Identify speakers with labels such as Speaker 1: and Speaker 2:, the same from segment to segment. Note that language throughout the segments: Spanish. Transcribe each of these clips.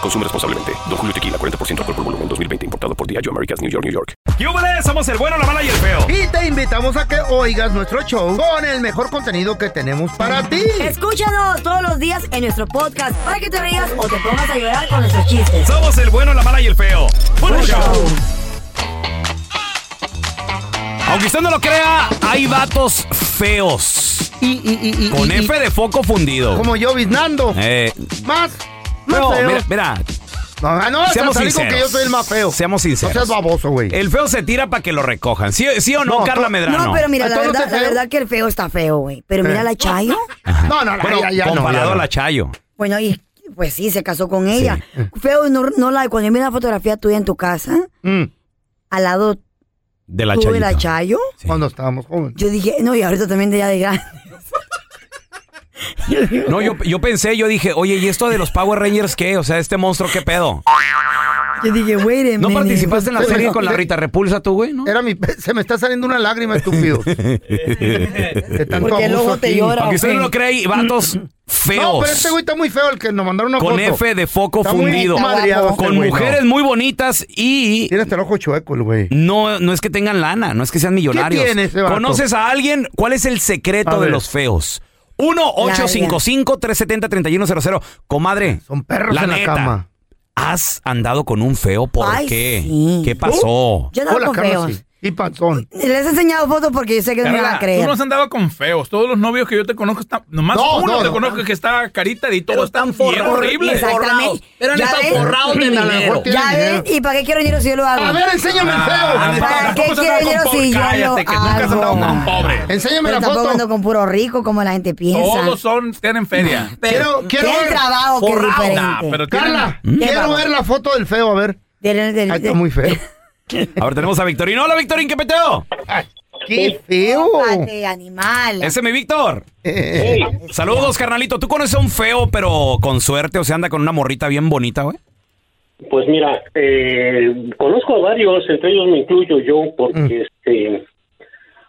Speaker 1: Consume responsablemente. Don Julio Tequila, 40% alcohol por volumen, 2020. Importado por Diageo Americas, New York, New York.
Speaker 2: ¡Yúbales! Somos el bueno, la mala y el feo.
Speaker 3: Y te invitamos a que oigas nuestro show con el mejor contenido que tenemos para ti.
Speaker 4: Escúchanos todos los días en nuestro podcast para que te rías o te pongas a llorar con nuestros chistes.
Speaker 2: Somos el bueno, la mala y el feo. ¡Puro show! Aunque usted no lo crea, hay vatos feos.
Speaker 3: Y, y, y, y,
Speaker 2: Con
Speaker 3: y- y-
Speaker 2: F de foco fundido.
Speaker 3: Como yo, Biznando.
Speaker 2: Eh,
Speaker 3: Más. Más
Speaker 2: feo,
Speaker 3: feo.
Speaker 2: mira, mira,
Speaker 3: No, ah, no,
Speaker 2: seamos
Speaker 3: te salí con
Speaker 2: sinceros.
Speaker 3: que yo soy el más feo.
Speaker 2: Seamos
Speaker 3: No
Speaker 2: sinceros.
Speaker 3: seas baboso, güey.
Speaker 2: El feo se tira para que lo recojan. ¿Sí, sí o no,
Speaker 3: No,
Speaker 2: Carla
Speaker 3: tú-
Speaker 2: Medrano?
Speaker 4: No, pero mira, la
Speaker 3: ¿Entonces
Speaker 4: verdad,
Speaker 3: está
Speaker 4: la
Speaker 3: feo?
Speaker 4: verdad que el feo está feo, güey. Pero mira la Chayo.
Speaker 3: No, no, no,
Speaker 2: Bueno,
Speaker 3: ya, ya, no,
Speaker 2: comparado
Speaker 3: ya, no.
Speaker 2: a la Chayo.
Speaker 4: Bueno, y pues sí, se casó con ella. Feo, no, no la. Cuando yo vi la fotografía tuya en tu casa,
Speaker 3: Mm,
Speaker 4: al lado
Speaker 2: De la
Speaker 4: tú de
Speaker 2: Chayo.
Speaker 4: la Chayo,
Speaker 3: Cuando estábamos jóvenes.
Speaker 4: yo dije, no, y ahorita también de ella de grande.
Speaker 2: No, yo, yo pensé, yo dije, oye, ¿y esto de los Power Rangers qué? O sea, este monstruo, ¿qué pedo?
Speaker 4: Yo dije, wait a
Speaker 2: ¿No
Speaker 4: minute.
Speaker 2: participaste en la serie con la Rita Repulsa tú, güey? ¿No?
Speaker 3: Era mi, pe- se me está saliendo una lágrima, estúpido. De tanto
Speaker 4: Porque el
Speaker 3: abuso
Speaker 4: ojo te
Speaker 3: aquí.
Speaker 4: llora.
Speaker 2: Aunque usted no lo cree, hay vatos
Speaker 3: Mm, No, pero
Speaker 2: feos.
Speaker 3: este güey está muy feo, el que nos mandaron una
Speaker 2: con
Speaker 3: foto.
Speaker 2: F de foco
Speaker 3: Está muy
Speaker 2: fundido.
Speaker 3: madreado este
Speaker 2: Con
Speaker 3: güey, no.
Speaker 2: mujeres muy bonitas y
Speaker 3: Tiene hasta el ojo chueco, el güey.
Speaker 2: no, no es que tengan lana, no es que sean millonarios.
Speaker 3: tiene ese vato?
Speaker 2: ¿Conoces a alguien? ¿Cuál es el secreto
Speaker 3: A
Speaker 2: de
Speaker 3: ver.
Speaker 2: los feos? 1-855-370-3100. Comadre,
Speaker 3: Son perros
Speaker 2: la
Speaker 3: en la
Speaker 2: neta,
Speaker 3: cama.
Speaker 2: ¿Has andado con un feo? ¿Por
Speaker 4: Ay,
Speaker 2: qué?
Speaker 4: sí.
Speaker 2: ¿Qué pasó?
Speaker 4: Yo
Speaker 3: Hola,
Speaker 4: no con
Speaker 3: Carlos,
Speaker 4: feos.
Speaker 3: sí. Y panzón.
Speaker 4: Les he enseñado fotos porque yo sé que no me van a
Speaker 5: Carla,
Speaker 4: creer.
Speaker 5: Tú no has andado con feos. Todos los novios que yo te conozco están. Nomás
Speaker 3: No,
Speaker 5: uno
Speaker 3: no,
Speaker 5: te
Speaker 3: no.
Speaker 5: conozco que está carita y todo está bien horrible.
Speaker 4: Exactamente.
Speaker 6: Eran
Speaker 4: Ya
Speaker 6: estos
Speaker 4: ves,
Speaker 6: borrados de
Speaker 3: A lo mejor
Speaker 6: dinero.
Speaker 3: tiene
Speaker 4: Ya
Speaker 3: dinero.
Speaker 4: ven, ¿y para qué quiero dinero si yo lo hago?
Speaker 3: A ver, enséñame el
Speaker 5: Ah,
Speaker 3: feo.
Speaker 4: ¿Para
Speaker 5: no,
Speaker 4: qué
Speaker 5: tampoco se
Speaker 4: quiere
Speaker 5: andaba con
Speaker 4: dinero
Speaker 5: pobres.
Speaker 4: si yo lo
Speaker 5: Cállate, que nunca se andaba
Speaker 4: hago?
Speaker 5: con pobres.
Speaker 3: Enséñame
Speaker 4: Pero
Speaker 3: la
Speaker 4: tampoco
Speaker 3: foto.
Speaker 4: ando con puro rico como la gente piensa.
Speaker 5: Todos son, tienen feria.
Speaker 3: Quiero, quiero
Speaker 4: Qué
Speaker 3: ver.
Speaker 4: trabajo, qué
Speaker 5: Borrados.
Speaker 4: diferente.
Speaker 5: Nah, pero tienen-
Speaker 3: Carla,
Speaker 4: ¿Qué
Speaker 3: quiero
Speaker 4: vamos?
Speaker 3: ver la foto del feo, a ver.
Speaker 4: Del- del-
Speaker 3: Ahí está
Speaker 4: del-
Speaker 3: muy feo.
Speaker 2: Ahora tenemos a Victorín. Hola, Victorín, ¿qué peteo?
Speaker 3: Ay, ¡Qué feo!
Speaker 4: Tócate, animal.
Speaker 2: Ese es mi Víctor.
Speaker 3: Eh, eh,
Speaker 4: Este
Speaker 2: Saludos, carnalito. ¿Tú conoces a un feo, pero con suerte, o sea, anda con una morrita bien bonita, güey?
Speaker 7: Pues mira, eh, conozco a varios, entre ellos me incluyo yo, porque este,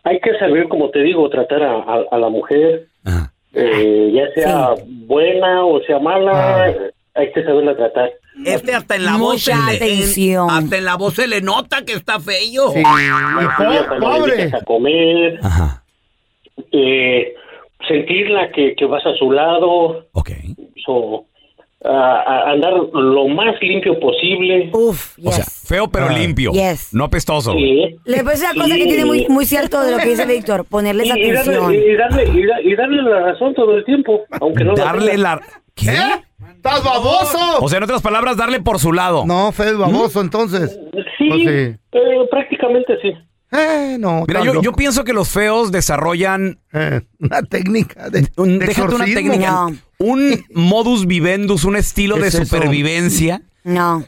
Speaker 7: hay que saber, como te digo, tratar a, a- a la mujer,
Speaker 2: Ajá.
Speaker 7: eh, ya sea buena o sea mala, hay que saberla tratar.
Speaker 6: Este hasta en la voz se
Speaker 4: Mucha
Speaker 6: le,
Speaker 4: atención.
Speaker 6: hasta en la voz se le nota que está feo.
Speaker 3: sí.
Speaker 7: Ya
Speaker 3: Po-
Speaker 7: cuando la
Speaker 3: Ah, ¡Pobre!
Speaker 7: invitas a comer,
Speaker 2: Ajá.
Speaker 7: eh, sentirla que, que vas a su lado,
Speaker 2: Ok.
Speaker 7: so, a- a- andar lo más limpio posible.
Speaker 4: Uf,
Speaker 2: O sea,
Speaker 4: yes.
Speaker 2: feo pero limpio.
Speaker 4: Yes.
Speaker 2: No apestoso. güey.
Speaker 7: Sí.
Speaker 4: Le parece una cosa que
Speaker 7: Y-
Speaker 4: tiene muy, muy cierto de lo que dice Víctor, ponerles
Speaker 7: y, y darle,
Speaker 4: atención.
Speaker 7: y, y darle, y da- y darle la razón todo el tiempo, aunque no la
Speaker 2: Darle
Speaker 7: tenga.
Speaker 2: la. ¿Qué?
Speaker 3: ¿Eh? ¡Estás baboso!
Speaker 2: O sea, en otras palabras, darle por su lado.
Speaker 3: No, feo y baboso, entonces.
Speaker 7: Sí,
Speaker 3: Pues sí.
Speaker 7: eh, prácticamente sí.
Speaker 3: Eh, no.
Speaker 2: Mira,
Speaker 3: estás
Speaker 2: yo, yo
Speaker 3: loco.
Speaker 2: pienso que los feos desarrollan.
Speaker 3: Eh, una técnica de,
Speaker 2: un-
Speaker 3: de
Speaker 2: déjate una
Speaker 3: exorcismo.
Speaker 2: técnica.
Speaker 4: No.
Speaker 2: Un modus vivendus, un estilo
Speaker 3: ¿Qué
Speaker 2: de
Speaker 3: es eso?
Speaker 2: supervivencia.
Speaker 4: No.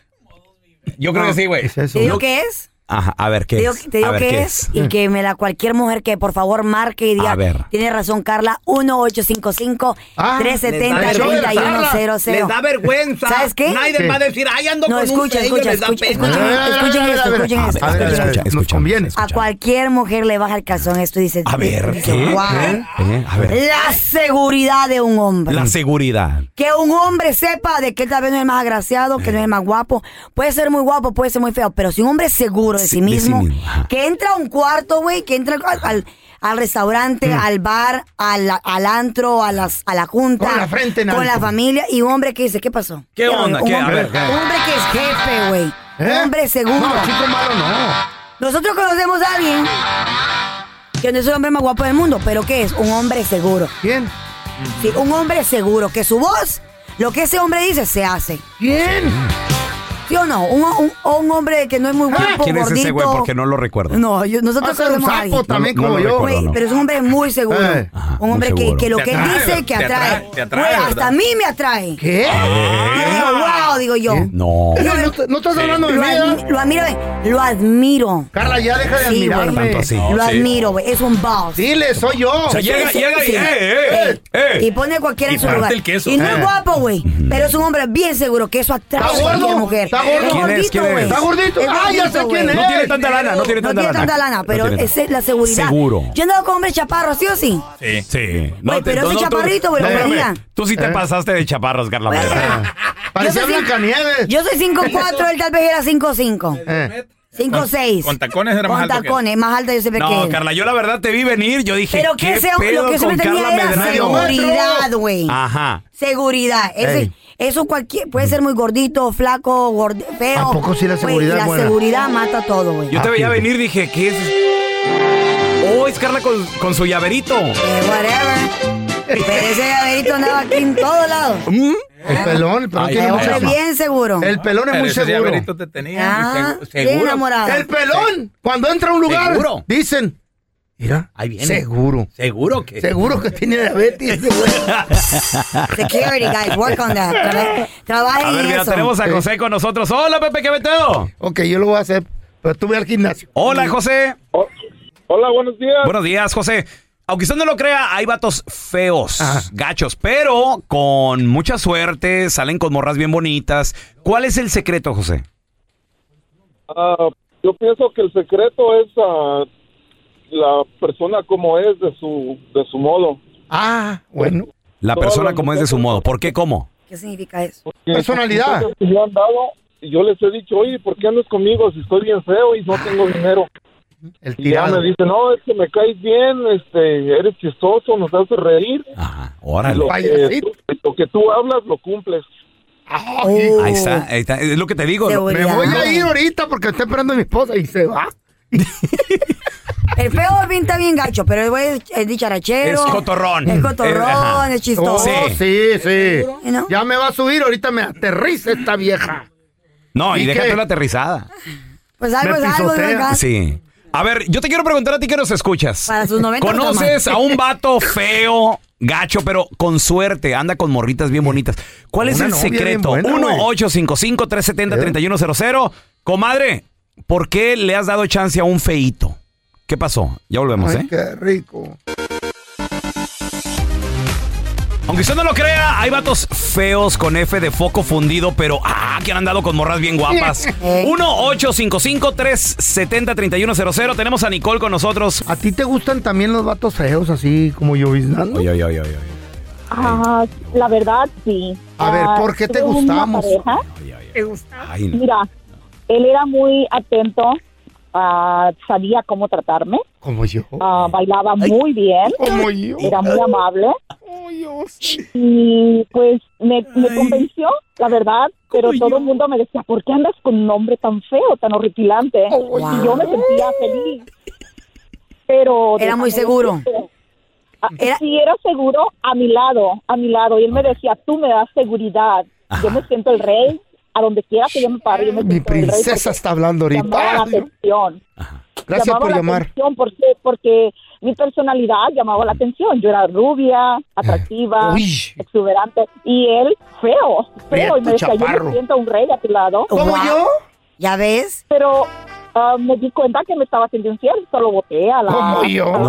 Speaker 2: Yo creo que sí, güey.
Speaker 3: Es eso.
Speaker 4: ¿Te digo qué es?
Speaker 2: Ah, Ajá, a ver qué
Speaker 4: te digo,
Speaker 2: es.
Speaker 4: te digo
Speaker 2: a ver
Speaker 4: que es, y que me la cualquier mujer que por favor marque y diga,
Speaker 2: A ver.
Speaker 4: tiene razón Carla, 1855 370 3100
Speaker 6: Les da vergüenza.
Speaker 4: ¿Sabes qué?
Speaker 6: Nadie
Speaker 4: Sí.
Speaker 6: va a decir, ay, ando
Speaker 4: No,
Speaker 6: con
Speaker 4: escucha,
Speaker 6: un feyo,
Speaker 4: escucha,
Speaker 6: les da
Speaker 4: escucha, Ah.
Speaker 6: pena.
Speaker 4: escuchen, escuchen
Speaker 6: A ver, a
Speaker 4: esto,
Speaker 6: ver, a
Speaker 4: escuchen
Speaker 6: ver, a
Speaker 4: esto.
Speaker 6: ver,
Speaker 4: escuchen
Speaker 6: a ver,
Speaker 4: esto.
Speaker 6: nos
Speaker 2: conviene.
Speaker 4: A cualquier mujer le baja el calzón esto y dices,
Speaker 2: A ver,
Speaker 4: dices,
Speaker 2: ¿qué?
Speaker 4: "Wow".
Speaker 2: ¿Eh? A ver.
Speaker 4: La seguridad de un hombre.
Speaker 2: La seguridad.
Speaker 4: Que un hombre sepa de que él tal vez no es el más agraciado, que no es el más guapo. Puede ser muy guapo, puede ser muy feo, pero si un hombre es seguro de sí
Speaker 2: de sí
Speaker 4: mismo,
Speaker 2: mismo,
Speaker 4: que entra a un cuarto, güey, que entra al, al- al restaurante,
Speaker 2: Mm.
Speaker 4: al bar, al, al antro, a, las, a la junta, con la,
Speaker 3: frente en alto.
Speaker 4: familia, y un hombre que dice, ¿qué pasó?
Speaker 3: ¿Qué
Speaker 4: rollo?
Speaker 3: onda?
Speaker 4: Un
Speaker 3: ¿Qué? A
Speaker 4: hombre,
Speaker 3: ver, ¿qué?
Speaker 4: un hombre que es jefe, güey. Un hombre seguro.
Speaker 3: ¿Eh? No, chico malo no.
Speaker 4: Nosotros conocemos a alguien que no es el hombre más guapo del mundo, pero ¿qué es? Un hombre seguro.
Speaker 3: ¿Quién?
Speaker 4: Sí, un hombre seguro, que su voz, lo que ese hombre dice, se hace.
Speaker 3: ¿Quién?
Speaker 4: ¿Sí o no? Un, un- o un hombre que no es muy guapo,
Speaker 2: Ah, ¿Quién es ese güey?
Speaker 4: Ah, gordito.
Speaker 2: Porque no lo recuerdo.
Speaker 4: No, yo- nosotros
Speaker 3: Va a ser un
Speaker 4: conocemos
Speaker 3: sapo
Speaker 4: a alguien.
Speaker 3: también
Speaker 2: No, no,
Speaker 3: como
Speaker 2: no
Speaker 3: yo.
Speaker 2: recuerdo,
Speaker 4: Güey,
Speaker 2: no.
Speaker 4: pero es un hombre muy seguro.
Speaker 2: Eh. Ajá,
Speaker 4: un
Speaker 2: muy
Speaker 4: hombre que,
Speaker 2: seguro.
Speaker 4: que lo
Speaker 2: Te
Speaker 4: que él
Speaker 2: atrae,
Speaker 4: dice que
Speaker 2: te
Speaker 4: atrae.
Speaker 2: atrae, te atrae,
Speaker 4: Güey,
Speaker 2: ¿verdad?
Speaker 4: hasta a mí me atrae.
Speaker 3: ¿Qué?
Speaker 4: Yo digo, wow, digo yo.
Speaker 2: Eh. No.
Speaker 4: Yo
Speaker 3: no, no estás hablando de
Speaker 4: lo
Speaker 3: mí, ¿eh?
Speaker 4: admi-
Speaker 3: ¿verdad?
Speaker 4: Lo admiro, güey, lo admiro.
Speaker 3: Carla, ya deja de
Speaker 4: Sí, güey.
Speaker 3: admirarme. Tanto así.
Speaker 4: Lo
Speaker 3: No, sí.
Speaker 4: admiro, güey. Es un boss.
Speaker 3: Dile, soy yo. O sea, llega- llega y, eh, eh, eh.
Speaker 4: Y pone a cualquiera
Speaker 3: Y
Speaker 4: en su
Speaker 3: parte
Speaker 4: lugar.
Speaker 3: el queso.
Speaker 4: Y no
Speaker 3: Eh.
Speaker 4: es guapo, güey. Pero es un hombre bien seguro que eso atrae
Speaker 3: ¿Está
Speaker 4: a cualquier
Speaker 3: gordo?
Speaker 4: mujer.
Speaker 3: ¿Está gordo? ¿Quién es?
Speaker 4: gordito,
Speaker 3: ¿Quién es?
Speaker 4: güey.
Speaker 3: ¿Está gordito?
Speaker 4: Es
Speaker 3: Ah, ya sé
Speaker 4: gordito,
Speaker 3: quién
Speaker 4: güey.
Speaker 3: es. No tiene tanta
Speaker 2: lana, no tiene tanta lana.
Speaker 4: No tiene tanta lana, pero
Speaker 2: No tiene
Speaker 4: esa es la seguridad.
Speaker 2: Seguro.
Speaker 4: Yo andaba con hombres chaparros, ¿sí o sí?
Speaker 2: Sí. Sí.
Speaker 4: Güey, pero ese
Speaker 2: tú-
Speaker 4: chaparrito, güey, lo
Speaker 2: espérame,
Speaker 4: veía.
Speaker 2: Tú sí te
Speaker 4: Eh.
Speaker 2: pasaste de chaparros, Carla. Medrano.
Speaker 3: Parecía
Speaker 4: soy cin-
Speaker 3: Blancanieves.
Speaker 4: Yo soy 5'4", él tal vez era 5'5".
Speaker 3: Eh.
Speaker 4: 5'6".
Speaker 2: Con tacones era más
Speaker 4: Con
Speaker 2: alto que él.
Speaker 4: tacones, más alta yo siempre que
Speaker 2: No,
Speaker 4: él.
Speaker 2: Carla, yo la verdad te vi venir. Yo dije,
Speaker 4: Pero que
Speaker 2: ¿qué
Speaker 4: ese hombre,
Speaker 2: pedo
Speaker 4: lo que ese
Speaker 2: con
Speaker 4: hombre
Speaker 2: Carla
Speaker 4: tenía era
Speaker 2: Medrano? Ah,
Speaker 4: seguridad, güey.
Speaker 2: Ajá.
Speaker 4: Seguridad. Ese-
Speaker 2: Ey.
Speaker 4: eso cualquier, puede ser muy gordito, flaco, gordi- feo.
Speaker 2: ¿A poco sí la
Speaker 4: Güey,
Speaker 2: seguridad es
Speaker 4: La
Speaker 2: buena?
Speaker 4: seguridad mata todo, güey.
Speaker 2: Yo te
Speaker 8: Ah,
Speaker 2: veía venir, dije, ¿qué es? Oh, es Carla con, con su llaverito.
Speaker 4: Eh, Pero ese llaverito andaba aquí en todos lados.
Speaker 3: El pelón, el pelón
Speaker 4: Ay,
Speaker 3: tiene
Speaker 4: el
Speaker 3: mucha
Speaker 4: hombre
Speaker 3: fama.
Speaker 4: bien seguro.
Speaker 3: El pelón es
Speaker 8: Pero
Speaker 3: muy
Speaker 8: ese
Speaker 3: seguro.
Speaker 8: llaverito te tenía.
Speaker 4: Ah,
Speaker 8: segu-
Speaker 4: bien
Speaker 8: seguro.
Speaker 4: enamorado.
Speaker 3: El pelón, cuando entra a un lugar,
Speaker 8: Seguro.
Speaker 3: dicen, mira,
Speaker 2: ahí viene.
Speaker 3: seguro.
Speaker 2: Seguro que.
Speaker 3: Seguro que tiene diabetes. ese güey.
Speaker 4: Security, guys, work on that. Traba- trabajen
Speaker 2: A ver,
Speaker 4: en
Speaker 2: mira,
Speaker 4: eso.
Speaker 2: tenemos a José con nosotros. Hola, Pepe, ¿qué meteo?
Speaker 3: Ok, yo lo voy a hacer, pero tú ve al gimnasio.
Speaker 2: Hola, José.
Speaker 5: Hola, buenos días.
Speaker 2: Buenos días, José. Aunque usted no lo crea, hay vatos feos, gachos, pero con mucha suerte, salen con morras bien bonitas. ¿Cuál es el secreto, José?
Speaker 5: Ah, yo pienso que el secreto es ah, la persona como es de su de su modo.
Speaker 3: Ah, bueno.
Speaker 2: La persona como es de su modo. ¿Por qué? ¿Cómo?
Speaker 4: ¿Qué significa eso?
Speaker 5: Que muchas veces Yo he andado y yo les he dicho, oye, ¿por qué andas conmigo si estoy bien feo y no tengo dinero?
Speaker 3: El
Speaker 5: y ya
Speaker 3: tirado.
Speaker 5: me dice, no, es que me caes bien, este, eres chistoso, nos haces reír.
Speaker 2: Órale.
Speaker 5: Lo que, tú, lo que tú hablas lo cumples.
Speaker 2: Ahí está, ahí está. Es lo que te digo.
Speaker 3: Me voy a ir ahorita porque está esperando a mi esposa y se va.
Speaker 4: El feo pinta bien gacho, pero el güey es dicharachero.
Speaker 3: Es cotorrón.
Speaker 4: Es
Speaker 3: Eh,
Speaker 4: cotorrón,
Speaker 3: ajá.
Speaker 4: es chistoso.
Speaker 3: Oh, sí, sí. Ya me va a subir, ahorita me aterriza esta vieja.
Speaker 2: No, y
Speaker 3: ¿Y
Speaker 2: déjate
Speaker 3: qué?
Speaker 2: la aterrizada.
Speaker 4: Pues algo
Speaker 3: Me
Speaker 4: es algo,
Speaker 3: pisotea.
Speaker 4: ¿verdad?
Speaker 2: Sí. A ver, yo te quiero preguntar a ti que nos escuchas.
Speaker 4: Para sus 90
Speaker 2: ¿Conoces a un vato feo, gacho, pero con suerte, anda con morritas bien bonitas? ¿Cuál es
Speaker 8: Una
Speaker 2: el
Speaker 8: novia bien
Speaker 2: secreto?
Speaker 8: buena, güey.
Speaker 2: 1-855-370-3100. Comadre, ¿por qué le has dado chance a un feito? ¿Qué pasó? Ya volvemos,
Speaker 3: Ay,
Speaker 2: ¿eh?
Speaker 3: qué rico.
Speaker 2: Aunque usted no lo crea, hay vatos feos con F de foco fundido, pero ah, que han andado con morras bien guapas. 1-855-370-3100. Tenemos a Nicole con nosotros.
Speaker 3: ¿A ti te gustan también los vatos feos así como yo, Biznando?
Speaker 2: Oye, oye, oye, oye.
Speaker 9: Ah, la verdad, sí.
Speaker 3: A ver,
Speaker 9: Ah,
Speaker 3: ¿por qué te
Speaker 9: tuve una
Speaker 3: gustamos?
Speaker 9: pareja.
Speaker 2: ¿Te gustamos? Ay, no.
Speaker 9: Mira, él era muy atento, ah, sabía cómo tratarme,
Speaker 3: Como yo.
Speaker 9: ah, bailaba muy bien, era muy amable. Y pues me, me convenció, la verdad, pero todo el mundo me decía, ¿por qué andas con un hombre tan feo, tan horripilante? Y yo me sentía feliz. Pero...
Speaker 4: Era muy
Speaker 9: déjame
Speaker 4: seguro.
Speaker 9: decirte, Ah, sí, era seguro a mi lado, a mi lado. Y él me decía, tú me das seguridad. Yo me siento el rey. A donde quiera que yo me pare, yo me
Speaker 3: Mi
Speaker 9: siento el rey.
Speaker 3: princesa está hablando
Speaker 9: porque
Speaker 3: ahorita.
Speaker 9: Llamaba la atención.
Speaker 3: Gracias
Speaker 9: Llamaba
Speaker 3: por
Speaker 9: la
Speaker 3: llamar.
Speaker 9: atención, ¿por qué? Porque mi personalidad llamaba la atención. Yo era
Speaker 2: Eh.
Speaker 9: rubia, atractiva,
Speaker 3: Uy.
Speaker 9: exuberante. Y él, feo, feo.
Speaker 4: Prieto,
Speaker 9: y me decía, yo
Speaker 4: chaparro.
Speaker 9: me siento un rey a tu lado.
Speaker 4: Guau. ¿Ya ves?
Speaker 9: Pero ah, me di cuenta que me estaba haciendo infiel, solo boté a la...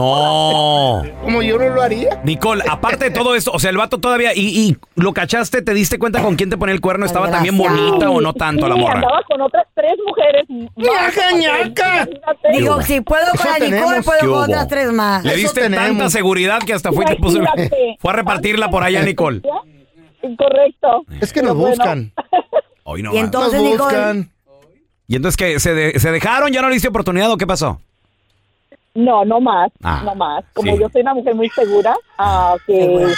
Speaker 2: No.
Speaker 3: Como yo no lo haría.
Speaker 2: Nicole, aparte de todo esto, o sea, el vato todavía, y, y lo cachaste, te diste cuenta con quién te ponía el cuerno, estaba también bonita o no tanto la
Speaker 9: Sí,
Speaker 2: morra.
Speaker 9: andaba con otras tres mujeres. más. Imagínate.
Speaker 4: Digo,
Speaker 2: hubo?
Speaker 4: si puedo
Speaker 9: Eso
Speaker 4: con la Nicole,
Speaker 9: tenemos.
Speaker 4: puedo
Speaker 2: ¿Qué
Speaker 4: con
Speaker 2: hubo?
Speaker 4: otras tres más.
Speaker 2: Le diste tanta seguridad que hasta fue,
Speaker 9: Imagínate.
Speaker 2: fue a repartirla por allá, Nicole.
Speaker 9: Incorrecto.
Speaker 3: Es que nos
Speaker 9: Pero bueno.
Speaker 3: buscan.
Speaker 2: Hoy no
Speaker 9: Y
Speaker 2: más.
Speaker 9: entonces, Nos Nicole- buscan.
Speaker 2: ¿Y entonces qué? ¿Se, de- se dejaron? ¿Ya no le diste oportunidad o qué pasó?
Speaker 9: No, no más,
Speaker 2: Ah,
Speaker 9: no más. Como
Speaker 2: sí.
Speaker 9: yo soy una mujer muy segura, ah, que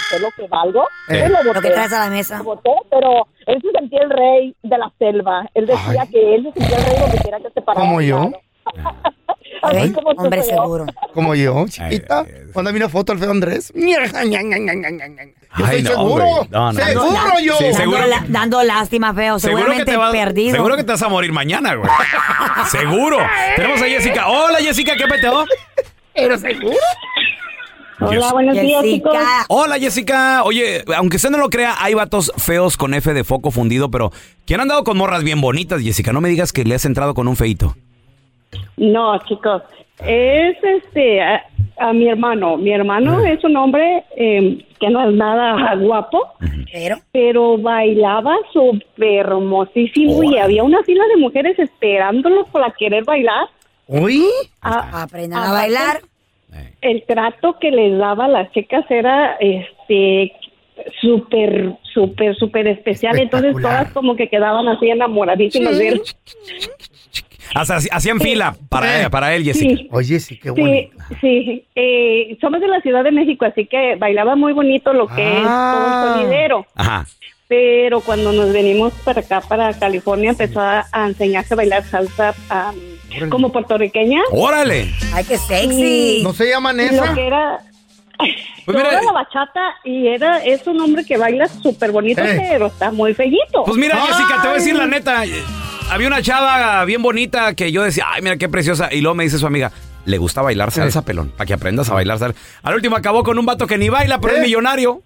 Speaker 9: sé lo que valgo,
Speaker 2: Eh.
Speaker 9: pues
Speaker 4: Lo que traes a la mesa.
Speaker 9: Lo boté, pero él se sentía el rey de la selva. Él decía que él se sentía el rey donde quiera que se parara.
Speaker 3: Como yo.
Speaker 9: Así
Speaker 3: Ay,
Speaker 9: como tú,
Speaker 4: hombre
Speaker 9: pero-
Speaker 4: seguro.
Speaker 3: Como yo, chiquita. Mándame una foto al feo Andrés. Mira, ña, ña, ña, ña, ña, ña, ña. Yo
Speaker 2: Ay,
Speaker 3: estoy
Speaker 2: no,
Speaker 3: seguro.
Speaker 2: güey. No, no,
Speaker 3: seguro
Speaker 2: no.
Speaker 3: yo.
Speaker 2: Sí, seguro
Speaker 4: Dando,
Speaker 2: que-
Speaker 4: la- dando lástima, feo. Seguramente
Speaker 2: vas,
Speaker 4: perdido.
Speaker 2: seguro que te vas a morir mañana, güey. seguro. Tenemos a Jessica. Hola, Jessica, ¿qué peteo?
Speaker 3: Pero seguro.
Speaker 2: Yes.
Speaker 9: buenos días, chicos.
Speaker 2: Hola, Jessica. Oye, aunque usted no lo crea, hay vatos feos con F de foco fundido, pero ¿quién han andado con morras bien bonitas, Jessica? No me digas que le has entrado con un feito.
Speaker 10: No, chicos, es este a, a mi hermano. Mi hermano es un hombre
Speaker 9: em,
Speaker 10: eh, que no es nada guapo,
Speaker 4: pero,
Speaker 10: bailaba súper hermosísimo y había una fila de mujeres esperándolo para querer bailar.
Speaker 3: ¿Uy?
Speaker 10: Ah,
Speaker 4: Aprendan a bailar.
Speaker 2: Eh.
Speaker 10: El trato que les daba a las chicas era este súper, súper, súper especial. Entonces todas como que quedaban así enamoradísimas de él.
Speaker 2: Hasta haci- hacían fila para, para él, Jessica.
Speaker 10: Sí.
Speaker 3: Oye, sí, qué
Speaker 10: Sí, sí. Eh, somos de la Ciudad de México, así que bailaba muy bonito lo que es todo el sonidero.
Speaker 2: Ajá.
Speaker 10: Pero cuando nos venimos para acá, para California, empezó a, a enseñarse a bailar salsa am, como puertorriqueña.
Speaker 2: ¡Órale!
Speaker 4: ¡Ay, qué
Speaker 3: sexy. ¿No se llaman esa?
Speaker 10: Lo que era...
Speaker 2: Pues mira.
Speaker 10: toda la bachata y era es un hombre que baila súper bonito,
Speaker 2: Eh.
Speaker 10: pero está muy feíto.
Speaker 2: Pues mira, Jessica, te voy a decir la neta. eh, Había una chava bien bonita que yo decía, ay, mira qué preciosa. Y luego me dice su amiga, le gusta bailar salsa, pelón, para que aprendas a bailar salsa. Al último acabó con un vato que ni baila, pero es
Speaker 10: ¿Eh?
Speaker 2: millonario.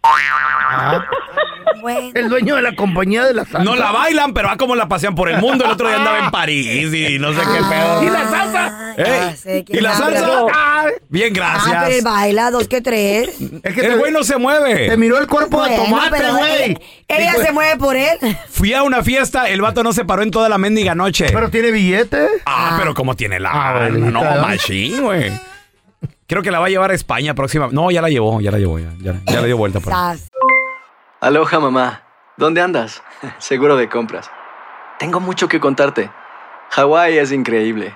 Speaker 3: El dueño de la compañía de la salsa.
Speaker 2: No la bailan, pero ah, como la pasean por el mundo. El otro día andaba en París y no sé qué pedo.
Speaker 3: ¿Y la salsa?
Speaker 2: Ey,
Speaker 4: sé
Speaker 2: ¿Y
Speaker 4: quién
Speaker 2: la
Speaker 4: habla.
Speaker 2: salsa? Ay, Bien,
Speaker 4: Ah, pero él
Speaker 2: gracias.
Speaker 4: baila dos que tres.
Speaker 3: Es que
Speaker 2: el
Speaker 3: te-
Speaker 2: güey no se mueve.
Speaker 3: Te miró el cuerpo de
Speaker 4: Bueno,
Speaker 3: tomate,
Speaker 4: pero
Speaker 3: güey.
Speaker 4: él- Ella
Speaker 3: Dijo-
Speaker 4: se mueve por él.
Speaker 2: Fui a una fiesta, el vato no se paró en toda la mendiga noche.
Speaker 3: Pero tiene billete.
Speaker 2: Ah, pero como tiene la no, machín, güey. Creo que la va a llevar a España próxima. No, ya la llevó, ya la llevó, ya, ya, ya le dio vuelta pues. por ahí.
Speaker 11: Aloha, mamá. ¿Dónde andas? Seguro de compras. Tengo mucho que contarte. Hawái es increíble.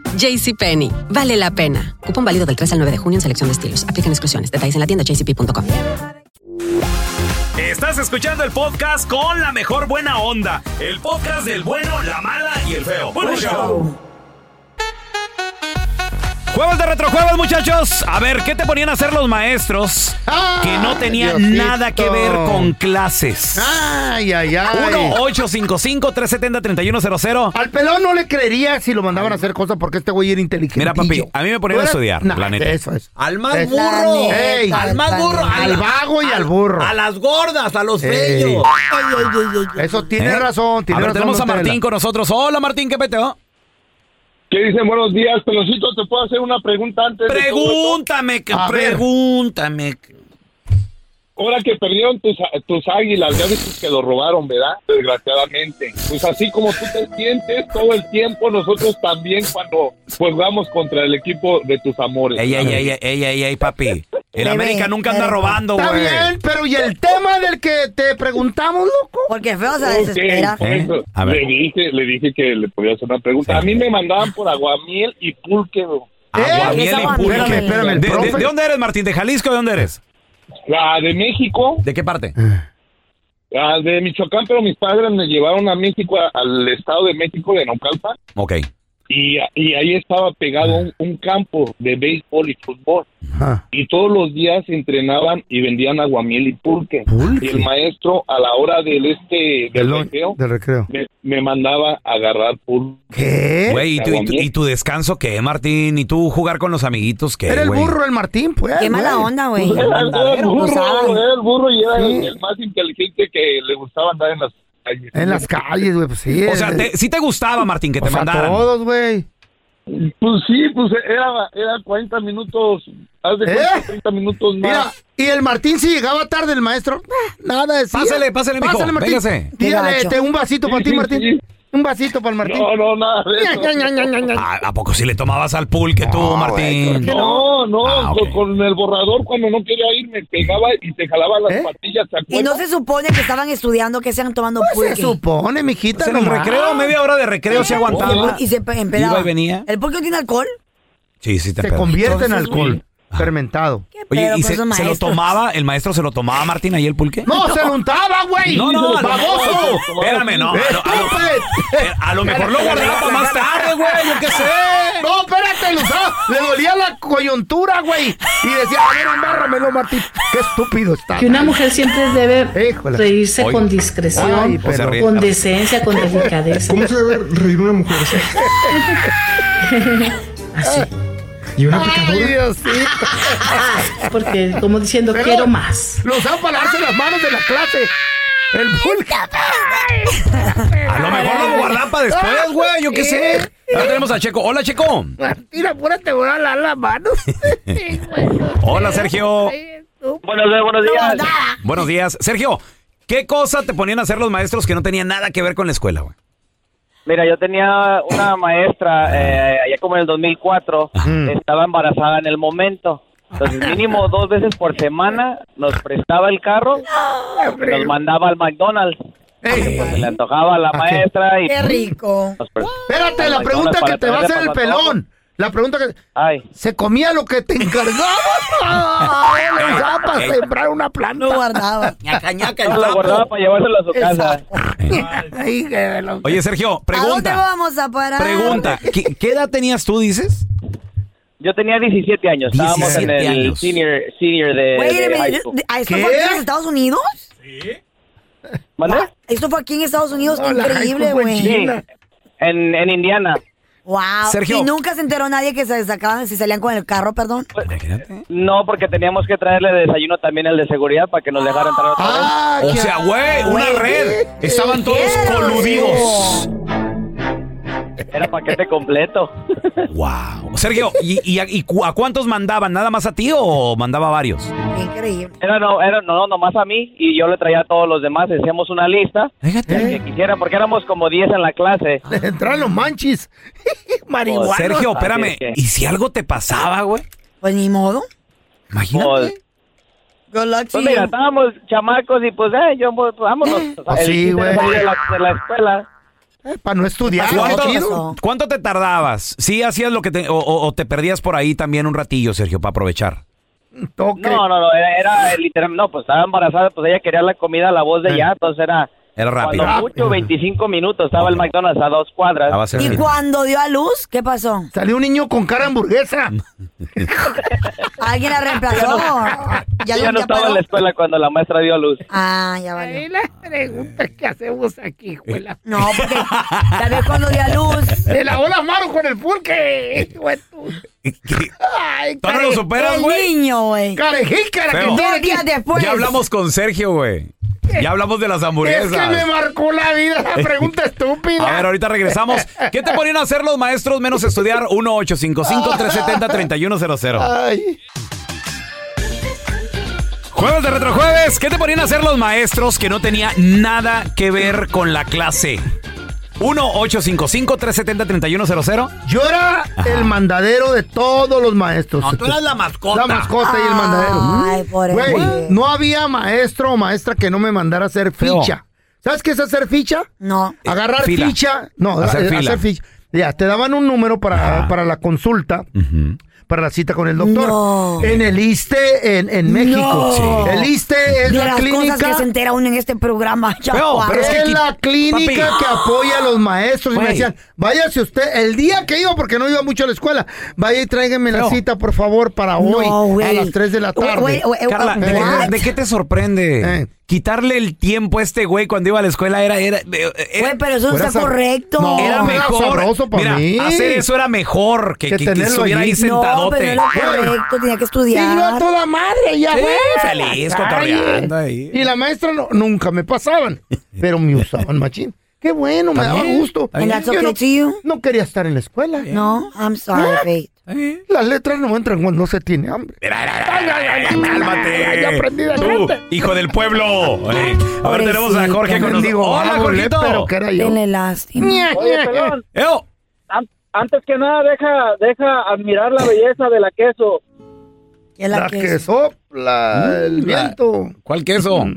Speaker 12: JCPenney, vale la pena. Cupón válido del 3 al 9 de junio en selección de estilos. Aplican exclusiones. Detalles en la tienda jcp.com.
Speaker 2: Estás escuchando el podcast con la mejor buena onda. El podcast del bueno, la mala y el feo. Buen show. Jueves de retrojueves, muchachos. A ver, ¿qué te ponían a hacer los maestros que no tenía
Speaker 3: Ah, Diosito.
Speaker 2: nada que ver con clases?
Speaker 3: Ay, ay, ay.
Speaker 2: 1-855-370-3100.
Speaker 3: Al pelón no le creería si lo mandaban a hacer cosas porque este güey era inteligente.
Speaker 2: Mira, papi, a mí me ponían a estudiar, la neta.
Speaker 3: Eso es.
Speaker 6: Al más
Speaker 3: Eso.
Speaker 6: burro.
Speaker 3: Ey.
Speaker 6: al más burro. a
Speaker 3: Al
Speaker 6: la-
Speaker 3: vago y
Speaker 6: a-
Speaker 3: al burro.
Speaker 6: A las gordas, a los
Speaker 3: Ey.
Speaker 6: feos. Ay, ay, ay, ay, ay.
Speaker 3: Eso tiene
Speaker 2: ¿Eh?
Speaker 3: razón, tiene
Speaker 2: a ver,
Speaker 3: razón.
Speaker 2: tenemos a
Speaker 3: don Tela.
Speaker 2: Martín con nosotros. Hola, Martín, ¿qué peteo?
Speaker 5: ¿Qué dicen? Buenos días, Peloncito. ¿Te puedo hacer una pregunta antes? de todo esto?
Speaker 2: Pregúntame, que pregúntame.
Speaker 5: Ahora que perdieron tus, tus águilas, ya viste que lo robaron, ¿verdad? Desgraciadamente. Pues así como tú te sientes todo el tiempo, nosotros también cuando jugamos contra el equipo de tus amores.
Speaker 2: Ey, ey, ey, ey, ey, ey, ey, papi. El
Speaker 5: Bebé,
Speaker 2: América nunca anda
Speaker 5: pero-
Speaker 2: robando,
Speaker 3: Está
Speaker 2: güey.
Speaker 3: bien, pero ¿y el tema del que te preguntamos, loco?
Speaker 4: Porque feo se
Speaker 5: Ok,
Speaker 4: desespera.
Speaker 5: por
Speaker 2: ¿Eh?
Speaker 5: eso. Le, dije, le dije que le podía hacer una pregunta. A mí me mandaban por aguamiel y pulque. bro.
Speaker 2: Aguamiel y pulque.
Speaker 3: Espérame, espérame, el
Speaker 2: ¿De, de-
Speaker 3: profe.
Speaker 2: de dónde eres, Martín? ¿De Jalisco o de dónde eres?
Speaker 5: La de México.
Speaker 2: ¿De qué parte?
Speaker 5: Ah, de Michoacán, pero mis padres me llevaron a México, a- al estado de México, de Naucalpan,
Speaker 2: Ok.
Speaker 5: y, y ahí estaba pegado un, un campo de béisbol y fútbol. Y todos los días entrenaban y vendían aguamiel y pulque. Y el maestro, a la hora del este, del
Speaker 3: Del-
Speaker 5: recreo,
Speaker 3: del recreo.
Speaker 5: me, me mandaba a agarrar pulque.
Speaker 3: ¿Qué?
Speaker 2: Güey, ¿y tu, y, tu,
Speaker 5: Aguamiel.
Speaker 2: y tu descanso qué, Martín? ¿Y tú jugar con los amiguitos qué,
Speaker 3: Era el
Speaker 2: güey?
Speaker 3: burro el Martín, pues.
Speaker 4: Qué mala onda, güey.
Speaker 5: Pues Era, era el burro,
Speaker 4: Abusado.
Speaker 5: era el burro y era el-
Speaker 3: Sí.
Speaker 5: el más inteligente que le gustaba andar en las calles.
Speaker 3: En las calles, güey, pues sí.
Speaker 2: O sea,
Speaker 3: eh,
Speaker 2: te- sí te gustaba, Martín, que
Speaker 3: o
Speaker 2: te
Speaker 3: sea,
Speaker 2: mandaran.
Speaker 3: todos, güey.
Speaker 5: Pues sí, pues era, era 40 minutos, haz de cuenta, 30 minutos más.
Speaker 3: Mira, y el Martín si llegaba tarde, el maestro, nah, nada decía.
Speaker 2: Pásele, pásele, mijo, véngase.
Speaker 3: Dígale,
Speaker 2: Qué gacho.
Speaker 3: este, un vasito para ti,
Speaker 5: sí, sí.
Speaker 3: Martín. Un vasito para el Martín.
Speaker 5: No, no, nada de eso.
Speaker 3: Ña, Ña, Ña, Ña, Ña.
Speaker 2: ¿A, a poco sí le tomabas al pool que tú, Martín?
Speaker 5: No, no,
Speaker 2: Ah, ok.
Speaker 5: con con el borrador cuando no quería ir me pegaba y te jalaba las patillas, ¿te
Speaker 4: Y no
Speaker 5: acuerdas?
Speaker 4: se supone que estaban estudiando, que estaban tomando
Speaker 3: Se
Speaker 5: Pues
Speaker 4: pulque.
Speaker 3: supone, mijita,
Speaker 2: Pues en el
Speaker 3: nomás.
Speaker 2: recreo, media hora de recreo se aguantaba.
Speaker 4: Y, y se pe- empedaba.
Speaker 2: Iba y venía.
Speaker 4: ¿El pulque tiene alcohol?
Speaker 2: Sí, sí te
Speaker 3: Se
Speaker 2: pedo.
Speaker 3: convierte en
Speaker 4: Entonces,
Speaker 3: alcohol fermentado.
Speaker 2: Oye, ¿y
Speaker 4: Pero por
Speaker 2: se,
Speaker 4: esos
Speaker 2: se lo
Speaker 4: maestros.
Speaker 2: tomaba, el maestro se lo tomaba, Martín, ahí el pulque?
Speaker 3: No, se lo untaba, güey.
Speaker 2: No, no, no,
Speaker 3: baboso. pues.
Speaker 2: no, espérame, no, a lo- a lo-
Speaker 3: Espérate.
Speaker 2: A lo mejor lo guardaba para más tarde, güey, yo qué sé.
Speaker 3: No, espérate, lo usaba. Le dolía la coyuntura, güey. Y decía, a ver, embárramelo, Martín. Qué estúpido está.
Speaker 13: Que una mujer siempre debe
Speaker 3: Híjole.
Speaker 13: reírse
Speaker 2: Oye.
Speaker 13: con discreción,
Speaker 3: Ay, pero-
Speaker 2: se ríe.
Speaker 13: con decencia, con delicadeza.
Speaker 14: ¿Cómo se debe reír una mujer así? Así. Y una
Speaker 3: Ay,
Speaker 14: picadora.
Speaker 3: Diosito.
Speaker 13: Porque como diciendo,
Speaker 3: Pero-
Speaker 13: quiero más.
Speaker 3: Lo usaba para lavarse las manos de la clase. El pulque.
Speaker 2: A lo mejor lo guardaba para después, güey, yo qué sé. Ahora tenemos a Checo. Hola, Checo.
Speaker 3: Mira, pura te voy a lavar las manos.
Speaker 2: Hola, Sergio.
Speaker 15: Buenos días, buenos días.
Speaker 2: Buenos días. Sergio, ¿qué cosa te ponían a hacer los maestros que no tenían nada que ver con la escuela, güey?
Speaker 15: Mira, yo tenía una maestra, eh, allá como en el 2004, estaba embarazada en el momento. Entonces, mínimo dos veces por semana nos prestaba el carro, nos mandaba al McDonald's. Porque le antojaba a la maestra y pues,
Speaker 4: Qué rico.
Speaker 15: nos prestaba.
Speaker 3: Espérate, la
Speaker 15: Ay,
Speaker 3: pregunta
Speaker 15: para
Speaker 3: que te va a
Speaker 15: tenerle
Speaker 3: hacer el
Speaker 15: para todo.
Speaker 3: pelón. La pregunta que.
Speaker 15: Ay.
Speaker 3: ¿Se comía lo que te encargaba? Ay, Lo usaba para sembrar una planta.
Speaker 4: No guardaba.
Speaker 6: Ñaca, ñaca, el
Speaker 15: Nos lo
Speaker 6: sapo.
Speaker 15: guardaba para llevárselo a su casa.
Speaker 3: Ay, que lo-
Speaker 2: Oye, Sergio,
Speaker 4: ¿A dónde
Speaker 2: pregunta.
Speaker 4: vamos a parar?
Speaker 2: Pregunta. ¿Qué, qué edad tenías tú, dices?
Speaker 15: Yo tenía 17 años, estábamos en
Speaker 2: 17
Speaker 15: el
Speaker 2: años.
Speaker 15: senior, senior de,
Speaker 4: Wait a
Speaker 15: de Eh, high
Speaker 4: minute,
Speaker 15: school.
Speaker 4: ¿a ¿Esto
Speaker 3: ¿Qué?
Speaker 4: fue aquí en los Estados Unidos?
Speaker 15: ¿Mandé?
Speaker 4: Esto fue aquí en Estados Unidos.
Speaker 3: No, la high
Speaker 4: Increíble,
Speaker 3: school fue en
Speaker 4: güey.
Speaker 15: Ah, Sí,
Speaker 3: China.
Speaker 15: en, en Indiana.
Speaker 4: Wow.
Speaker 2: Sergio.
Speaker 4: Y nunca se enteró nadie que se sacaban, si salían con el carro, perdón.
Speaker 15: No, porque teníamos que traerle desayuno también al de seguridad para que nos dejara entrar otra vez.
Speaker 3: Ah,
Speaker 2: O
Speaker 3: qué-
Speaker 2: sea, güey, una
Speaker 4: Güey.
Speaker 2: red. Estaban todos
Speaker 4: Quiero,
Speaker 2: coludidos.
Speaker 15: Era paquete completo.
Speaker 2: Wow. Sergio, ¿y, y a, y cu- a cuántos mandaban? ¿Nada más a ti o mandaba a varios?
Speaker 4: Qué Increíble.
Speaker 15: Era no, era no, nomás a mí y yo le traía a todos los demás. Hacíamos una lista
Speaker 2: Fíjate.
Speaker 15: que quisiera porque éramos como 10 en la clase.
Speaker 3: Entraron los manchis. Marihuana.
Speaker 2: Sergio,
Speaker 15: Así
Speaker 2: espérame.
Speaker 15: es que-
Speaker 2: ¿Y si algo te pasaba, güey?
Speaker 4: Pues ni modo.
Speaker 15: Pues,
Speaker 2: Imagínate.
Speaker 4: Good luck to
Speaker 15: pues mira,
Speaker 4: you.
Speaker 15: estábamos chamacos y pues, eh, yo, pues, vámonos. O sea,
Speaker 3: Pues sí,
Speaker 15: el chiste era
Speaker 3: güey.
Speaker 15: salir de la, de la escuela.
Speaker 3: para Eh, no estudiar.
Speaker 2: ¿Cuánto,
Speaker 3: qué chido.
Speaker 4: pasó?
Speaker 2: cuánto te tardabas? ¿Sí hacías lo que te, o, o- o te perdías por ahí también un ratillo, Sergio, para aprovechar?
Speaker 3: Toque.
Speaker 15: eh, No, no, no, era, era literal, no, pues estaba embarazada, pues ella quería la comida a la voz de ella, entonces era
Speaker 2: Era rápido. Ah,
Speaker 15: Cuando mucho, 25 minutos. Estaba el McDonald's a dos cuadras.
Speaker 2: Estaba cerca.
Speaker 4: ¿Y cuando dio a luz? ¿Qué pasó?
Speaker 3: Salió un niño con cara hamburguesa.
Speaker 4: ¿Alguien la reemplazó? Ya,
Speaker 15: Yo
Speaker 4: lo
Speaker 15: no estaba en la escuela cuando la maestra dio a luz.
Speaker 4: Ah, ya valió.
Speaker 3: Ahí las preguntas que hacemos
Speaker 2: Eh.
Speaker 3: aquí, juela.
Speaker 4: No, porque tal vez cuando dio a luz.
Speaker 3: Se lavó las manos con el
Speaker 2: Eh.
Speaker 3: pulque. hijo de tu- Ay,
Speaker 2: ¿Tú no
Speaker 3: care-
Speaker 2: lo superas,
Speaker 3: el
Speaker 2: güey?
Speaker 4: niño, pues. güey.
Speaker 3: Carejícara que
Speaker 2: Feo.
Speaker 3: tiene
Speaker 4: Dos días
Speaker 3: aquí.
Speaker 4: después.
Speaker 2: Ya hablamos con Sergio, güey. Ya hablamos de las hamburguesas.
Speaker 3: Es que me marcó la vida la pregunta estúpida.
Speaker 2: A ver, ahorita regresamos. ¿Qué te ponían a hacer los maestros menos estudiar? 1-855-370-3100.
Speaker 3: Ay.
Speaker 2: Jueves de Retrojueves. ¿Qué te ponían a hacer los maestros que no tenía nada que ver con la clase? 1-855-370-3100.
Speaker 3: Yo era el mandadero de todos los maestros.
Speaker 2: No, tú eras la mascota.
Speaker 3: La mascota y el mandadero.
Speaker 4: Ay, por
Speaker 3: Güey, no había maestro o maestra que no me mandara a hacer
Speaker 2: Feo.
Speaker 3: ficha. ¿Sabes qué es hacer ficha?
Speaker 4: No.
Speaker 3: Agarrar
Speaker 2: Fila.
Speaker 3: ficha. No, eh,
Speaker 2: Hacer
Speaker 3: hacer,
Speaker 2: fila.
Speaker 3: ficha. Ya, te daban un número para, para la consulta. Para la cita con el doctor.
Speaker 4: No.
Speaker 3: En el ISTE, en, en México.
Speaker 4: No.
Speaker 3: El ISTE es
Speaker 4: de
Speaker 3: la
Speaker 4: las
Speaker 3: clínica.
Speaker 4: cosas que se entera uno en este programa.
Speaker 3: Feo,
Speaker 4: Chacuá.
Speaker 3: pero es, que
Speaker 2: aquí-
Speaker 3: la clínica
Speaker 2: Papi.
Speaker 3: que apoya a los maestros. Y
Speaker 2: Güey.
Speaker 3: me decían, váyase usted, el día que iba, porque no iba mucho a la escuela, vaya y tráigame la
Speaker 2: Feo.
Speaker 3: cita, por favor, para hoy, a
Speaker 4: güey.
Speaker 3: las 3 de la
Speaker 4: Güey,
Speaker 3: tarde.
Speaker 4: güey, güey,
Speaker 2: Carla, ¿de,
Speaker 4: What?
Speaker 2: qué- de qué te
Speaker 3: Eh.
Speaker 2: sorprende? Quitarle el tiempo a este güey cuando iba a la escuela era... era, era-
Speaker 4: Güey, pero eso no
Speaker 3: Fuera
Speaker 4: está
Speaker 3: sab-
Speaker 4: correcto.
Speaker 3: No,
Speaker 2: era
Speaker 3: era
Speaker 2: mejor.
Speaker 3: sabroso pa'
Speaker 2: mira,
Speaker 3: mí.
Speaker 2: hacer eso era mejor que,
Speaker 3: Que
Speaker 2: que, que
Speaker 3: tenerlo
Speaker 2: estuviera ahí
Speaker 3: allí.
Speaker 4: No,
Speaker 2: sentadote.
Speaker 4: pero no era correcto, tenía que estudiar.
Speaker 3: Y yo a toda madre, ya
Speaker 2: Sí,
Speaker 3: güey,
Speaker 2: feliz,
Speaker 3: a la calle.
Speaker 2: cotorreando ahí.
Speaker 3: Y la maestra no- nunca me pasaban, pero me usaban machín. Qué bueno, me
Speaker 2: Está
Speaker 3: daba
Speaker 2: bien,
Speaker 3: gusto.
Speaker 2: está bien.
Speaker 4: And that's
Speaker 3: Yo
Speaker 4: okay to you.
Speaker 3: no, no quería estar en la escuela.
Speaker 4: No, I'm sorry, Faith.
Speaker 2: ¿Eh?
Speaker 3: Las letras no entran cuando se tiene hambre. Ya aprendí de
Speaker 2: Cálmate. Tú,
Speaker 3: frente.
Speaker 2: hijo del pueblo. Eh, A ver,
Speaker 4: Pobrecito.
Speaker 2: tenemos a Jorge con nosotros.
Speaker 3: Mendigo
Speaker 6: ah,
Speaker 2: Hola,
Speaker 3: vago,
Speaker 2: Jorgito.
Speaker 3: lépero "Ah, que era yo.
Speaker 4: Denle lástima.
Speaker 3: Ña,
Speaker 16: Oye,
Speaker 3: ña,
Speaker 16: pelón,
Speaker 2: Eo,
Speaker 16: an- antes que nada, deja, deja admirar la belleza de la queso.
Speaker 4: Que la
Speaker 3: La
Speaker 4: que-
Speaker 3: que sopla
Speaker 2: Mm,
Speaker 3: el viento.
Speaker 2: ¿Cuál queso?
Speaker 6: Mm,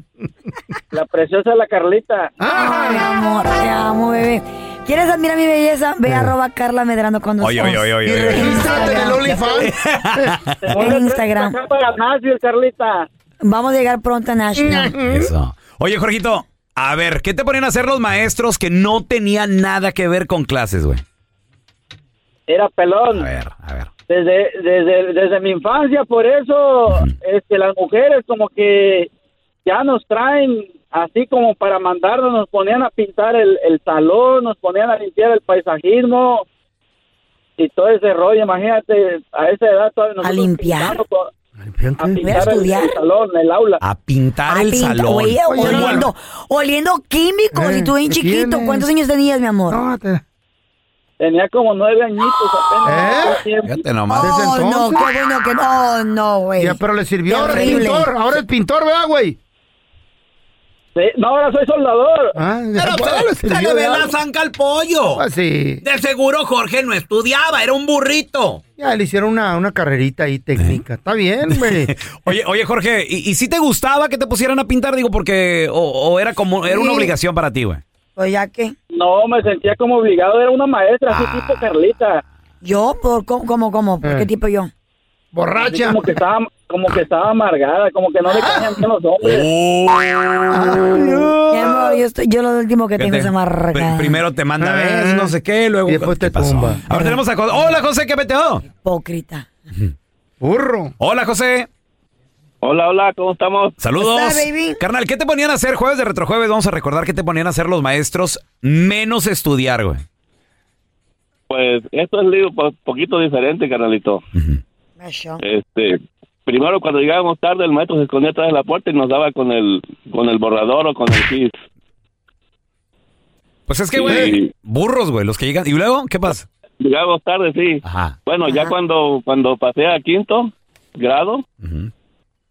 Speaker 16: La preciosa la Carlita.
Speaker 2: Ah,
Speaker 4: Ay, mi amor, te amo, bebé. ¿Quieres admirar mi belleza? Ve arroba Carla Medrano con dos
Speaker 2: Oye,
Speaker 4: Os.
Speaker 2: oye, oye,
Speaker 3: Y
Speaker 2: oye. oye.
Speaker 3: regístrate en el OnlyFans.
Speaker 4: En Instagram.
Speaker 16: Acá para Nashville, Carlita.
Speaker 4: Vamos a llegar pronto a
Speaker 2: Mm.
Speaker 4: Nashville.
Speaker 2: Eso. Oye, Jorgito, a ver, ¿qué te ponían a hacer los maestros que no tenían nada que ver con clases, güey?
Speaker 16: Era
Speaker 2: A
Speaker 16: pelón.
Speaker 2: ver, a ver.
Speaker 16: Desde, desde, desde mi infancia, por eso este, las mujeres como que ya nos traen así como para mandarnos, nos ponían a pintar el, el salón, nos ponían a limpiar el paisajismo y todo ese rollo, imagínate, a esa edad todavía nos
Speaker 4: ¿A limpiar?
Speaker 16: a pintar el-
Speaker 4: estudiar?
Speaker 16: el salón, el aula.
Speaker 2: A pintar
Speaker 4: A
Speaker 2: el
Speaker 4: pinta-
Speaker 2: salón.
Speaker 4: oye,
Speaker 2: Oye,
Speaker 4: oliendo, oliendo químicos
Speaker 3: Eh,
Speaker 4: y tú bien
Speaker 3: ¿qué
Speaker 4: chiquito.
Speaker 3: tienes?
Speaker 4: ¿Cuántos años tenías, mi amor?
Speaker 3: No, te-
Speaker 16: Tenía como nueve añitos apenas.
Speaker 2: Fíjate nomás.
Speaker 3: desde
Speaker 4: oh, no,
Speaker 3: entonces.
Speaker 4: qué bueno que no. Oh, no, güey.
Speaker 3: Ya, pero le sirvió. Ahora es
Speaker 4: Terrible.
Speaker 3: pintor, ahora es pintor, ¿verdad, güey?
Speaker 16: Sí, no, ahora soy soldador.
Speaker 3: Ah,
Speaker 2: pues,
Speaker 6: Pero
Speaker 3: bueno, le
Speaker 6: se, se le
Speaker 3: sirvió de
Speaker 6: ve la
Speaker 3: algo.
Speaker 6: zanca al pollo.
Speaker 3: Ah, sí.
Speaker 6: De seguro Jorge no estudiaba, era un burrito.
Speaker 3: Ya le hicieron una, una carrerita ahí técnica. Está bien, güey.
Speaker 2: Oye, oye, Jorge, ¿y, y si te gustaba que te pusieran a pintar? Digo, porque. O, o era como. Era una
Speaker 4: Sí.
Speaker 2: obligación para ti, güey.
Speaker 4: Pues ya que.
Speaker 16: No, me sentía como obligado, era una maestra, así tipo Carlita.
Speaker 4: ¿Yo? ¿Por, cómo, cómo, cómo? ¿Por
Speaker 3: Eh.
Speaker 4: qué tipo yo?
Speaker 16: Así
Speaker 3: Borracha.
Speaker 16: Como que estaba, como que estaba amargada, como que no le caían bien los hombres.
Speaker 2: Oh.
Speaker 4: Mi amor, yo, estoy, yo lo último Ah, que tengo
Speaker 2: Fíjate,
Speaker 4: es
Speaker 2: pri-
Speaker 4: amargada.
Speaker 2: primero te manda a
Speaker 3: Ah.
Speaker 2: ver, no sé qué, luego.
Speaker 3: Y después
Speaker 2: ¿qué
Speaker 3: te tumba.
Speaker 2: Ahora tenemos a José. Hola, José, ¿qué peteo?
Speaker 4: Hipócrita.
Speaker 3: Burro.
Speaker 2: Hola, José.
Speaker 5: Ah.
Speaker 16: Hola, hola, ¿cómo estamos?
Speaker 2: Saludos.
Speaker 4: ¿Cómo estás, baby?
Speaker 2: Carnal, ¿qué te ponían a hacer jueves de retrojueves? Vamos a recordar qué te ponían a hacer los maestros menos estudiar, güey.
Speaker 5: Pues esto es un poquito diferente, carnalito.
Speaker 4: Me show.
Speaker 5: Este, primero cuando llegábamos tarde el maestro se escondía atrás de la puerta y nos daba con el con el borrador o con el gis.
Speaker 2: Pues es que, güey,
Speaker 5: Sí.
Speaker 2: burros, güey, los que llegan. ¿Y luego qué pasa?
Speaker 5: Llegábamos tarde, sí.
Speaker 2: Ajá.
Speaker 5: Bueno, ya
Speaker 4: Ajá.
Speaker 5: cuando cuando pasé a quinto grado
Speaker 2: Ujú.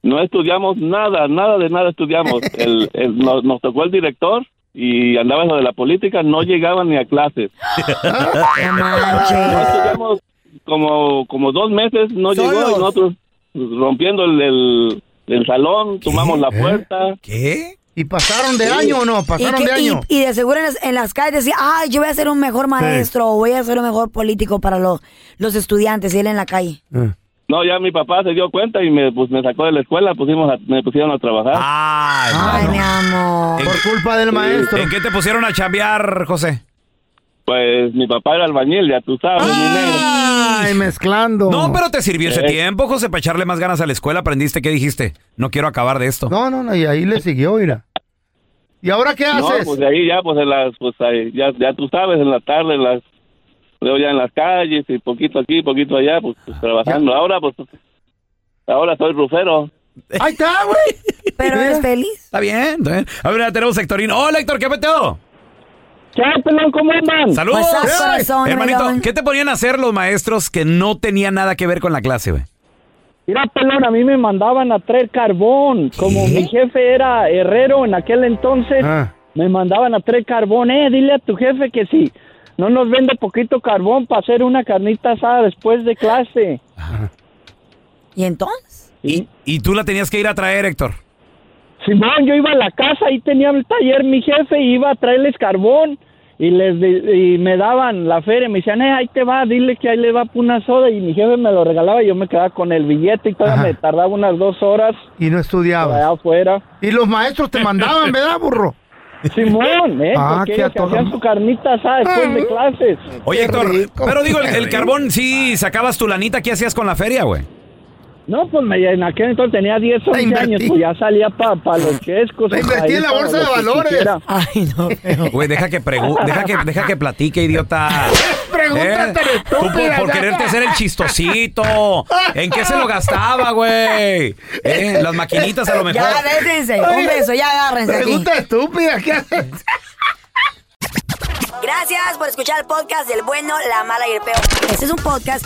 Speaker 5: no estudiamos nada, nada de nada estudiamos. El, el- nos, nos tocó el director y andaba en lo de la política, no llegaban ni a clases.
Speaker 4: No manches.
Speaker 5: No estudiamos como, como dos meses, no llegó
Speaker 4: Solos.
Speaker 5: y nosotros rompiendo el, el, el salón, tomamos
Speaker 4: ¿Eh?
Speaker 5: la puerta.
Speaker 2: ¿Qué?
Speaker 3: ¿Y pasaron de año o no?
Speaker 4: ¿Y,
Speaker 3: ¿Pasaron
Speaker 4: que-
Speaker 3: de año?
Speaker 4: y- y de seguro en las, en las calles decía, ay, yo voy a ser un mejor maestro, o voy a ser un mejor político para los, los estudiantes, y él en la calle.
Speaker 3: Eh.
Speaker 5: No, ya mi papá se dio cuenta y me, pues, me sacó de la escuela, pusimos a- me pusieron a trabajar.
Speaker 4: Ah.
Speaker 3: Ah,
Speaker 2: Ay,
Speaker 4: mi amor.
Speaker 5: Por culpa del maestro.
Speaker 2: ¿En qué te pusieron a chambear, José?
Speaker 5: Pues mi papá era albañil, ya tú sabes, mi
Speaker 4: Ah.
Speaker 5: negro.
Speaker 3: Ay, mezclando.
Speaker 2: No, pero te sirvió ese
Speaker 3: Eh.
Speaker 2: tiempo, José, para echarle más ganas a la escuela. Aprendiste qué dijiste. No quiero acabar de esto.
Speaker 3: No, no, no, y ahí le siguió, mira. ¿Y ahora qué
Speaker 5: No,
Speaker 3: haces?
Speaker 5: pues de ahí ya, pues, en las, pues ahí, ya, ya tú sabes, en la tarde, en las, luego ya en las calles y poquito aquí, poquito allá, pues, pues, trabajando. Ahora, pues, ahora soy rufero.
Speaker 3: Ahí está, güey.
Speaker 4: Pero eres feliz.
Speaker 2: Está bien, está bien. A ver, ya tenemos a Héctorín. Hola, Héctor, ¿qué peteo?
Speaker 5: ¿Qué peteo? ¿Cómo andan?
Speaker 2: Saludos.
Speaker 4: Pues, ah, corazón,
Speaker 2: Hermanito,
Speaker 4: melón.
Speaker 2: ¿qué te ponían a hacer los maestros que no tenían nada que ver con la clase, güey?
Speaker 16: Mira, pelón, a mí me mandaban a traer carbón. Como mi jefe era herrero en aquel entonces, me mandaban a traer carbón. Eh, dile a tu jefe que sí. No nos vende poquito carbón para hacer una carnita asada después de clase.
Speaker 4: ¿Y entonces?
Speaker 2: Y, y tú la tenías que ir a traer, Héctor.
Speaker 16: Simón, yo iba a la casa, ahí tenía el taller mi jefe, y iba a traerles carbón y les de- y me daban la feria, me decían, eh, ahí te va, dile que ahí le va pa' una soda y mi jefe me lo regalaba y yo me quedaba con el billete y todavía me tardaba unas dos horas.
Speaker 3: Y no estudiaba.
Speaker 16: Allá afuera.
Speaker 3: Y los maestros te mandaban, ¿verdad, burro?
Speaker 16: Simón, eh,
Speaker 3: Ah,
Speaker 16: porque
Speaker 3: que a
Speaker 16: ellos
Speaker 3: todo
Speaker 16: hacían su carnita asada después de clases.
Speaker 2: Oye, Héctor, pero digo, el, el carbón, sí, sacabas tu lanita, ¿qué hacías con la feria, güey?
Speaker 16: No, pues me, en aquel entonces tenía 10, 11 años, pues ya salía para los chescos.
Speaker 3: La
Speaker 16: o pa'
Speaker 3: invertí
Speaker 16: Pues, ahí,
Speaker 3: en la
Speaker 16: para
Speaker 3: bolsa de
Speaker 16: lo que
Speaker 3: valores.
Speaker 16: quisiera.
Speaker 2: Güey, deja que, pregu- deja que deja que platique, idiota. ¿Eh?
Speaker 3: Pregunta tan
Speaker 2: Tú por,
Speaker 3: estúpida,
Speaker 2: por
Speaker 3: ya.
Speaker 2: quererte hacer el chistosito. ¿En qué se lo gastaba, güey? Eh, Las maquinitas a lo mejor.
Speaker 4: Ya, déjense. Un beso, ya agárrense. aquí.
Speaker 3: Pregunta estúpida, ¿qué haces?
Speaker 4: Gracias por escuchar el podcast del bueno, la mala y el peor. Este es un podcast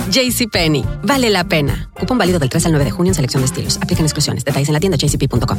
Speaker 12: JCPenney, vale la pena. Cupón válido del 3 al 9 de junio en selección de estilos. Aplican exclusiones. Detalles en la tienda jcp.com.